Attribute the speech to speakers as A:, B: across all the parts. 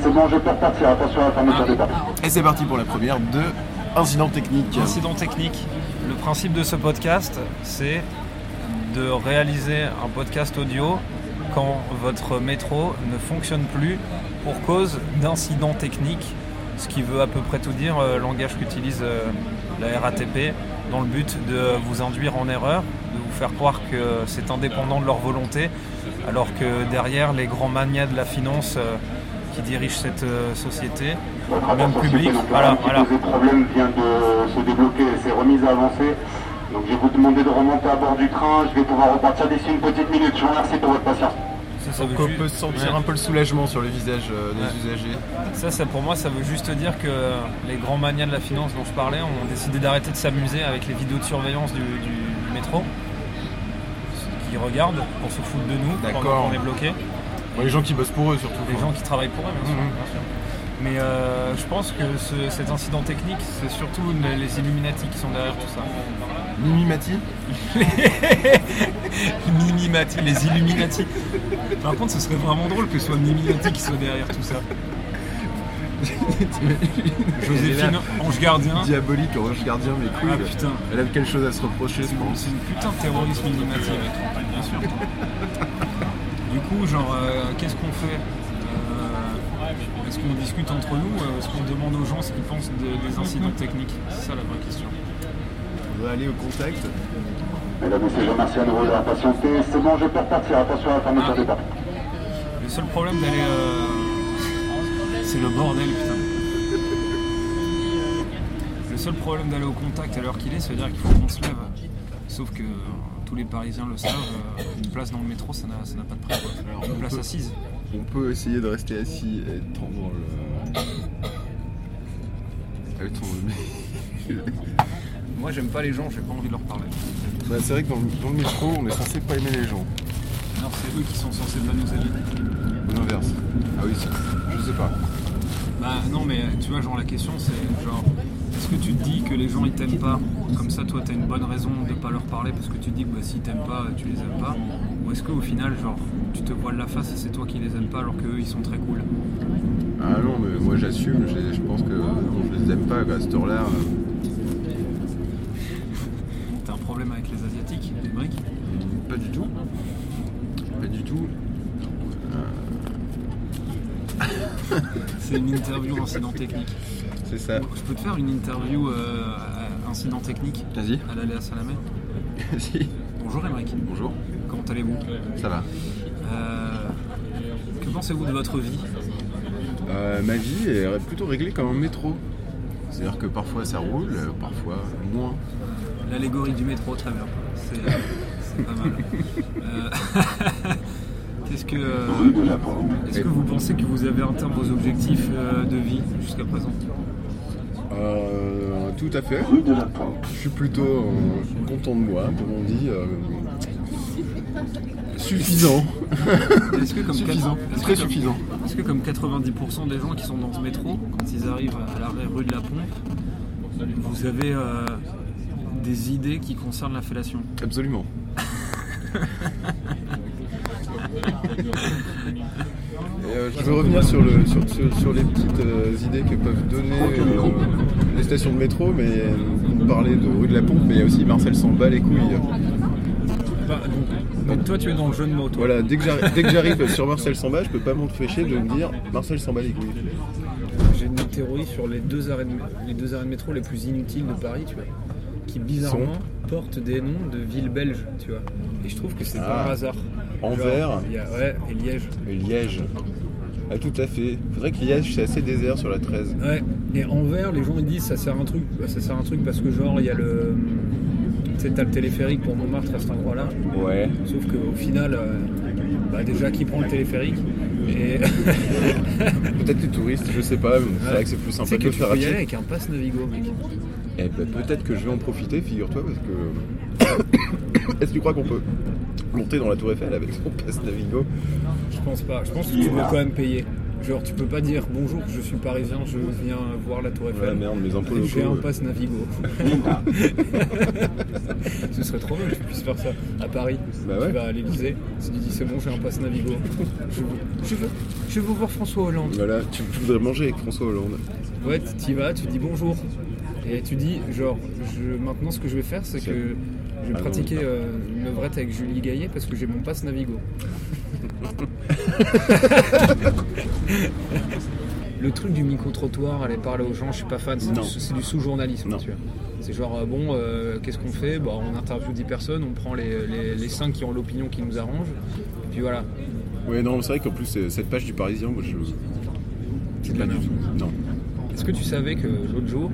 A: C'est bon, je perds partir, attention à la fermeture des portes.
B: Et c'est parti pour la première de Incident technique.
C: Incident technique. Le principe de ce podcast, c'est de réaliser un podcast audio quand votre métro ne fonctionne plus pour cause d'incident technique, ce qui veut à peu près tout dire, euh, langage qu'utilise euh, la RATP, dans le but de vous induire en erreur, de vous faire croire que c'est indépendant de leur volonté, alors que derrière les grands manias de la finance euh, qui dirigent cette euh, société,
A: Votre
C: Ah, même
A: attention,
C: public,
A: c'est donc
C: voilà,
A: madame qui
C: voilà.
A: posait problème vient de se débloquer, elle s'est remise à avancer. Donc je vais vous demander de remonter à bord du train, je vais pouvoir repartir d'ici une petite minute. Je vous remercie pour votre patience.
C: Ça, ça
B: Donc
C: veut
B: on
C: ju-
B: peut sentir
C: Ouais.
B: un peu le soulagement sur le visage euh, des
C: Ouais.
B: usagers.
C: Ça, ça, pour moi, ça veut juste dire que les grands manias de la finance dont je parlais ont décidé d'arrêter de s'amuser avec les vidéos de surveillance du, du métro, qui regardent pour se foutre de nous
B: D'accord.
C: pendant qu'on est bloqué.
B: Bon, les gens qui bossent pour eux surtout.
C: les
B: quoi.
C: gens qui travaillent pour eux, bien sûr.
B: Mhm.
C: bien sûr. Mais euh, je pense que ce- cet incident technique, c'est surtout les, les Illuminati qui sont derrière tout ça.
B: Mimi Mati
C: Mimimati, les Illuminati. Par contre, ce serait vraiment drôle que ce soit Mimimati qui soit derrière tout ça.
B: Elle est
C: Joséphine,
B: là,
C: ange
D: Hein
C: gardien.
B: Diabolique, ange gardien, mais cool.
C: Ah, putain.
B: Elle a quelque chose à se reprocher, je pense.
C: C'est une putain de terroriste Mimimati, mec. Bien sûr. Du coup, genre, euh, qu'est-ce qu'on fait Euh, Est-ce qu'on discute entre nous euh, Est-ce qu'on demande aux gens ce qu'ils pensent de- des incidents techniques C'est ça la vraie question.
B: On va aller au contact.
A: Mesdames, Messieurs, je vous remercie à nouveau de la patienté. C'est bon, je perds partir, attention à la fermeture des portes.
C: Le seul problème d'aller. euh, C'est le bordel, putain. Le seul problème d'aller au contact à l'heure qu'il est, c'est dire qu'il faut qu'on se lève. Sauf que euh, tous les Parisiens le savent, euh, une place dans le métro, ça n'a ça n'a pas de prix. quoi. Une place assise.
D: On peut essayer de rester assis et être dans
B: Ah
D: le. Être dans le...
C: Moi, j'aime pas les gens, j'ai pas envie de leur parler.
D: Bah, c'est vrai que dans le, dans le métro, on est censé pas aimer les gens.
C: Non, c'est eux qui sont censés pas nous aider.
D: Ou l'inverse. Ah oui, si. Je sais pas.
C: Bah non, mais tu vois, genre la question c'est genre, est-ce que tu te dis que les gens ils t'aiment pas Comme ça, toi, t'as une bonne raison de pas leur parler parce que tu te dis que bah, s'ils t'aiment pas, tu les aimes pas. Ou est-ce qu'au final, genre, tu te voiles la face et c'est toi qui les aimes pas alors qu'eux ils sont très cool
D: Ah non, mais moi j'assume. Je, je pense que euh, non, je les aime pas quoi, à cette heure-là. euh,
C: T'as un problème avec les Asiatiques, les briques
D: Pas du tout. Pas du tout.
C: C'est une interview incident technique.
D: C'est ça.
C: Je peux te faire une interview euh, à- incident technique
D: Vas-y.
C: à l'aller à Salamé
D: Vas-y.
C: Bonjour Emmerich,
D: Bonjour.
C: comment allez-vous
D: Ça va.
C: Euh, Que pensez-vous de votre vie
D: Euh, ma vie est plutôt réglée comme un métro. C'est-à-dire que parfois ça roule, euh, parfois moins.
C: L'allégorie du métro, très bien. C'est euh, c'est pas mal. Euh, Qu'est-ce que. euh, Est-ce que vous pensez que vous avez atteint vos objectifs euh, de vie jusqu'à présent
D: Euh, tout à fait. Je suis plutôt euh, content de moi, comme on dit. euh, suffisant.
C: Est-ce que comme
D: Suffisant.
C: quatre- est-ce que
D: Très
C: comme-
D: suffisant.
C: Est-ce que comme 90% des gens qui sont dans ce métro, quand ils arrivent à l'arrêt rue de la Pompe, vous avez euh, des idées qui concernent la fellation
D: Absolument. Et, euh, je veux revenir sur, le, sur, sur- sur les petites euh, idées que peuvent donner euh, les stations de métro, mais euh, on parlait de rue de la Pompe, mais il y a aussi Marcel s'en bat les couilles.
C: Bah, Donc toi tu es dans le jeu de mots, toi.
D: Voilà, dès que j'arri- dès que j'arrive sur Marcel s'en bat, je peux pas m'empêcher de me dire Marcel s'en bat les couilles.
C: J'ai une théorie sur les deux arrêts de, les deux arrêts de métro les plus inutiles de Paris, tu vois, qui bizarrement portent des noms de villes belges, tu vois. Et je trouve que c'est pas
D: Ah.
C: un hasard.
D: Anvers.
C: Genre, il y a- Ouais, et Liège.
D: Et Liège. Ah tout à fait. Faudrait que Liège c'est assez désert sur la 13.
C: Ouais, et Anvers, les gens ils disent ça sert à un truc, Bah, ça sert à un truc parce que genre il y a le. Tu sais, t'as le téléphérique pour Montmartre à cet endroit-là.
D: Ouais.
C: Sauf qu'au final, euh, bah, déjà qui prend le téléphérique et.
D: Peut-être les touristes, je sais pas, mais c'est vrai que c'est plus
C: Tu
D: sympa
C: sais
D: de
C: que
D: le
C: tu
D: faire à
C: peux y
D: pied.
C: aller avec un pass Navigo, mec.
D: Eh ben peut-être que je vais en profiter, figure-toi, parce que. Est-ce que tu crois qu'on peut monter dans la tour Eiffel avec son passe Navigo
C: Je pense pas. Je pense que tu dois quand même payer. Genre, tu peux pas dire bonjour, je suis parisien, je viens voir la Tour Eiffel.
D: Ouais, Ah, merde, mes impôts
C: J'ai
D: locaux, euh.
C: un
D: ouais.
C: passe Navigo. Ce serait trop bien que tu puisses faire ça à Paris.
D: Bah ouais.
C: Tu vas à l'Elysée, tu dis c'est bon, j'ai un passe Navigo. Je veux, je, veux, je veux voir François Hollande.
D: Voilà, tu tu voudrais manger avec François Hollande.
C: Ouais, tu y vas, tu dis bonjour. Et tu dis, genre, je, maintenant ce que je vais faire, c'est que je vais
D: Ah,
C: pratiquer euh, une levrette avec Julie Gaillet parce que j'ai mon passe Navigo. Le truc du micro-trottoir, aller parler aux gens, je suis pas fan, c'est du,
D: Non.
C: c'est du sous-journalisme.
D: Non.
C: tu vois. C'est genre, euh, bon, euh, qu'est-ce qu'on fait bah, On interviewe 10 personnes, on prend les, les, 5 qui ont l'opinion qui nous arrange, et puis voilà.
D: Ouais, non, c'est vrai qu'en plus, euh, cette page du Parisien, moi, je. C'est
C: de la merde.
D: Non.
C: Est-ce que tu savais que l'autre jour,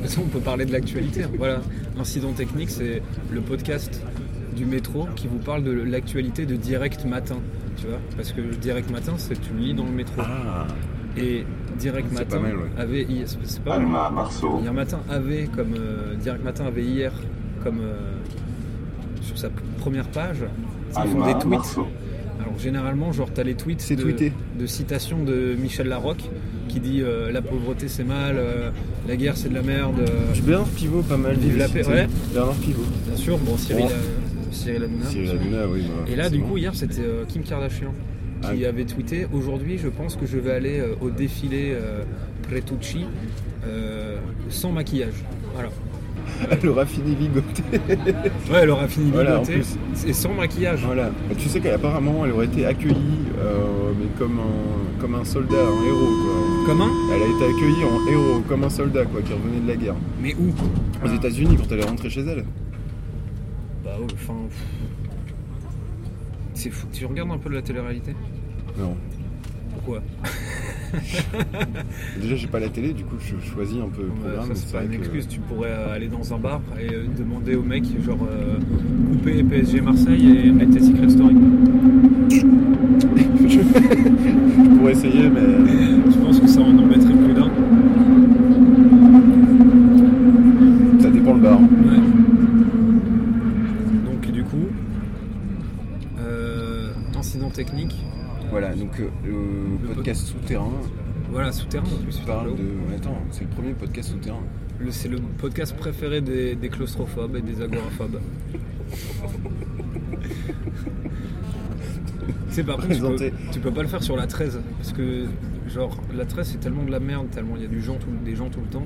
C: parce qu'on peut parler de l'actualité, hein, voilà, Incident Technique, c'est le podcast du métro qui vous parle de l'actualité de Direct Matin, tu vois, parce que Direct Matin, c'est tu le lis dans le métro.
D: Ah
C: Et Direct
D: C'est
C: Matin
D: pas mal, ouais.
C: avait, hi- c'est c'est pas mal.
A: Alma, Marceau.
C: Hier matin avait comme euh, Direct Matin avait hier comme euh, sur sa première page, ils font
A: Alma,
C: des tweets.
A: Marceau.
C: Alors généralement, genre t'as les tweets
D: C'est
C: de,
D: tweeté.
C: de citations de Michel Larocque qui dit euh, la pauvreté c'est mal, euh, la guerre c'est de la merde. euh,
D: Bernard Pivot, pas mal.
C: Vive la paix, ouais.
D: Bernard Pivot.
C: bien sûr, bon Cyril,
D: Ouais.
C: euh, Cyril Hanouna.
D: Cyril Hanouna, oui. bah,
C: Et là, du
D: forcément.
C: coup, hier c'était euh, Kim Kardashian qui
D: Ah.
C: avait tweeté aujourd'hui je pense que je vais aller euh, au défilé euh, Pretucci euh, sans maquillage. Voilà.
D: Elle aura fini bigotée.
C: Ouais, elle aura fini
D: Voilà, en
C: bigotée et sans maquillage.
D: Voilà. Tu sais qu'apparemment, elle aurait été accueillie, euh, mais comme un, comme un soldat, un héros, quoi.
C: Comment
D: Elle a été accueillie en héros, comme un soldat, quoi, qui revenait de la guerre.
C: Mais où
D: Aux États-Unis, quand elle est rentrée chez elle.
C: Bah, ouais, enfin. pff. C'est fou. Tu regardes un peu de la télé-réalité
D: Non.
C: Pourquoi
D: Déjà, j'ai pas la télé, du coup, je choisis un peu le
C: Ouais, Euh,
D: programme.
C: ça,
D: mais
C: c'est pas
D: vrai
C: une
D: que-
C: excuse. Tu pourrais euh, aller dans un bar et euh, demander au mec, genre, euh, couper PSG Marseille et mettez Secret Story.
D: Je pourrais essayer, mais.
C: Je pense que ça en embêterait plus d'un.
D: Ça dépend le bar.
C: Donc, du coup, euh, incident technique,
D: Voilà, donc euh, le podcast souterrain
C: voilà, souterrain en plus.
D: qui
C: putain,
D: parle
C: là-haut.
D: de. Attends, c'est le premier podcast souterrain.
C: Le- C'est le podcast préféré des, des claustrophobes et des agoraphobes. C'est par contre, tu peux,
D: Présenté.
C: tu peux pas le faire sur la 13 parce que, genre, la 13 c'est tellement de la merde, tellement il y a du gens tout- des gens tout le temps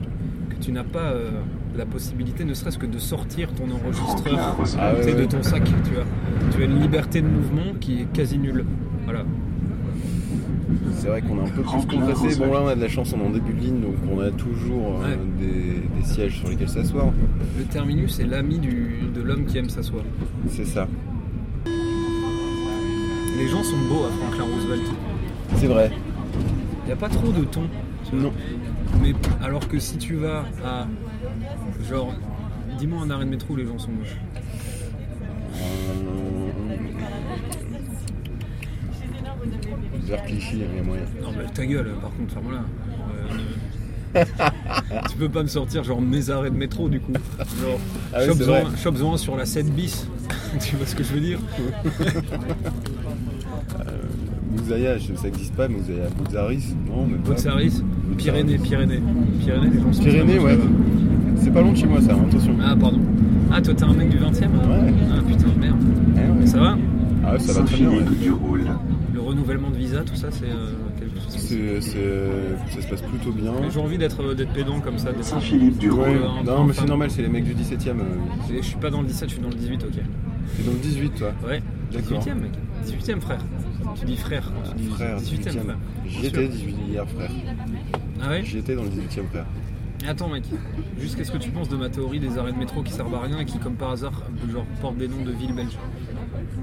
C: que tu n'as pas euh, la possibilité, ne serait-ce que de sortir ton enregistreur
D: Ah ouais,
C: tu sais, de
D: ouais.
C: ton sac. Tu vois, tu as une liberté de mouvement qui est quasi nulle. Voilà.
D: C'est vrai qu'on a un peu plus compressé. Bon, là, on a de la chance, on est en début de ligne, donc on a toujours euh,
C: Ouais.
D: des, des sièges sur lesquels s'asseoir.
C: Le terminus est l'ami du- de l'homme qui aime s'asseoir.
D: C'est ça.
C: Les gens sont beaux à Franklin Roosevelt.
D: C'est vrai.
C: Il n'y a pas trop de ton. tu vois.
D: Non.
C: Mais alors que si tu vas à. Genre, dis-moi un arrêt de métro où les gens sont moches.
D: Vers Clichy, il y avait moyen.
C: Non, mais ta gueule, par contre, ferme-la. Euh, tu peux pas me sortir, genre, mes arrêts de métro, du coup. Genre,
D: Ah oui, c'est
C: chope-en
D: vrai.
C: un- chope-en un sur la 7 bis. tu vois ce que je veux dire
D: Mouzaya, je sais que ça n'existe pas, Mouzaya. Bouzaris, non, mais pas.
C: Boxaris, Pyrénées, Pyrénées. Pyrénées, les gens sont
D: Pyrénées,
C: très moches,
D: ouais.
C: là-bas.
D: C'est pas loin de chez moi, ça, attention.
C: Ah, pardon. Ah, toi, t'es un mec du 20 e
D: Ouais.
C: Ah, putain, merde.
D: Ah ouais,
C: Mais ça va
D: Ah ouais, ça va très bien, ouais.
A: Saint-Philippe du Roule.
C: Le renouvellement de visa, tout ça, c'est euh, quelque chose.
D: C'est- c'est- Ça se passe plutôt bien.
C: Mais J'ai envie d'être euh, d'être pédant comme ça. d'être-
A: Saint-Philippe du
D: Ouais,
A: Roule.
C: un peu
D: non, mais c'est
C: infâme.
D: normal, c'est les mecs du 17 e
C: Je suis pas dans le 17, je suis dans le 18, ok.
D: T'es dans le 18, toi.
C: Ouais,
D: D'accord.
C: 18ème mec. 18ème frère. Tu dis frère quand tu dis
D: Frère,
C: 18
D: 18
C: e
D: e
C: frère.
D: J'y étais 18 hier, frère.
C: Ah ouais
D: J'y étais dans le 18 e frère.
C: Et Attends mec, juste qu'est-ce que tu penses de ma théorie des arrêts de métro qui servent à rien et qui comme par hasard genre portent des noms de villes belges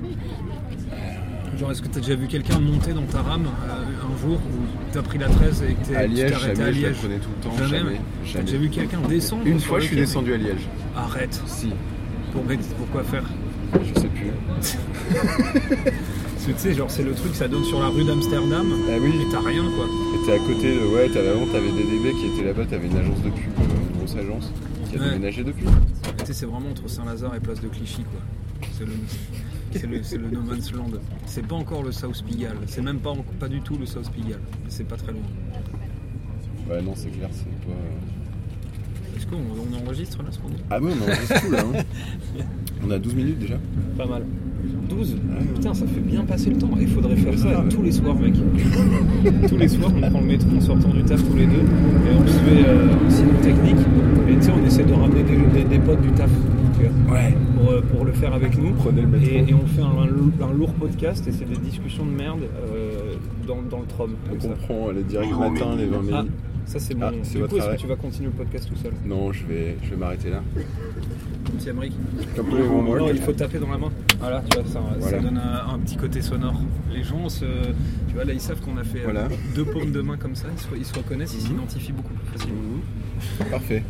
C: Euh, Genre est-ce que t'as déjà vu quelqu'un monter dans ta rame euh, un jour où t'as pris la 13 et que t'es-
D: À
C: tu
D: Liège,
C: t'es arrêté
D: jamais,
C: à
D: je la
C: Liège
D: prenais tout le temps,
C: Jamais,
D: jamais,
C: T'as
D: jamais.
C: déjà vu quelqu'un descendre
D: Une
C: sur
D: fois,
C: le
D: je suis
C: quai
D: descendu à Liège.
C: Arrête,
D: Si,
C: pour, pour quoi faire
D: je sais plus.
C: Parce que tu sais, genre c'est le truc, ça donne sur la rue d'Amsterdam
D: Ah oui,
C: et t'as rien quoi.
D: Et T'es à côté, de- ouais, t'avais avant, t'avais DDB qui était là-bas, t'avais une agence de pub, euh, une grosse agence, qui a
C: Ouais.
D: déménagé depuis.
C: Tu sais, c'est vraiment entre Saint-Lazare et Place de Clichy quoi. C'est le- C'est le, c'est le No Man's Land. C'est pas encore le South Pigalle. C'est même pas, en- pas du tout le South Pigalle. C'est pas très loin.
D: Ouais, non, c'est clair, c'est pas. euh.
C: Est-ce qu'on on enregistre là ce qu'on dit
D: Ah ouais, on enregistre tout là. hein. On a 12 minutes déjà.
C: Pas mal. 12 Putain, ça fait bien passer le temps. Il faudrait faire ça tous les soirs, mec. tous les soirs, on prend le métro en sortant du taf tous les deux et on se fait euh, un signe technique. Et tu sais, on essaie de ramener des, des- des potes du taf tu vois,
D: Ouais.
C: pour, euh, pour le faire avec nous.
D: Prenez le métro.
C: Et, et on fait un, un lourd- un lourd podcast et c'est des discussions de merde euh, dans, dans le trom.
D: On
C: comme ça.
D: comprend les directs matin, les 20
C: Ah,
D: minutes.
C: ça c'est bon.
D: Ah, c'est
C: du
D: votre
C: coup, est-ce
D: arrêt.
C: que tu vas continuer le podcast tout seul
D: Non, je vais, je vais m'arrêter là.
C: Comme si Amérique.
D: Comme tous les bons
C: Non,
D: mois.
C: Oh, il faut taper dans la main. Voilà, tu vois, ça, ça
D: Voilà.
C: donne un, un petit côté sonore. Les gens, se, tu vois, là, ils savent qu'on a fait euh,
D: Voilà.
C: deux paumes de main comme ça, ils se, ils se reconnaissent, ils s'identifient beaucoup plus facilement.
D: Mmh. Parfait.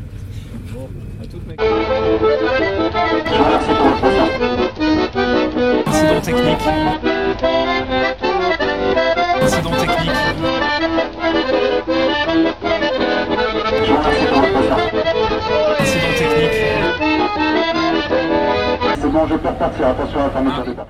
C: Bon, à toutes, mec.
A: Je vous remercie pour votre présence.
E: Incident technique. Incident technique.
A: Je vous remercie pour votre présence.
E: Incident technique.
A: C'est bon, je peux repartir. Attention à la fermeture des portes.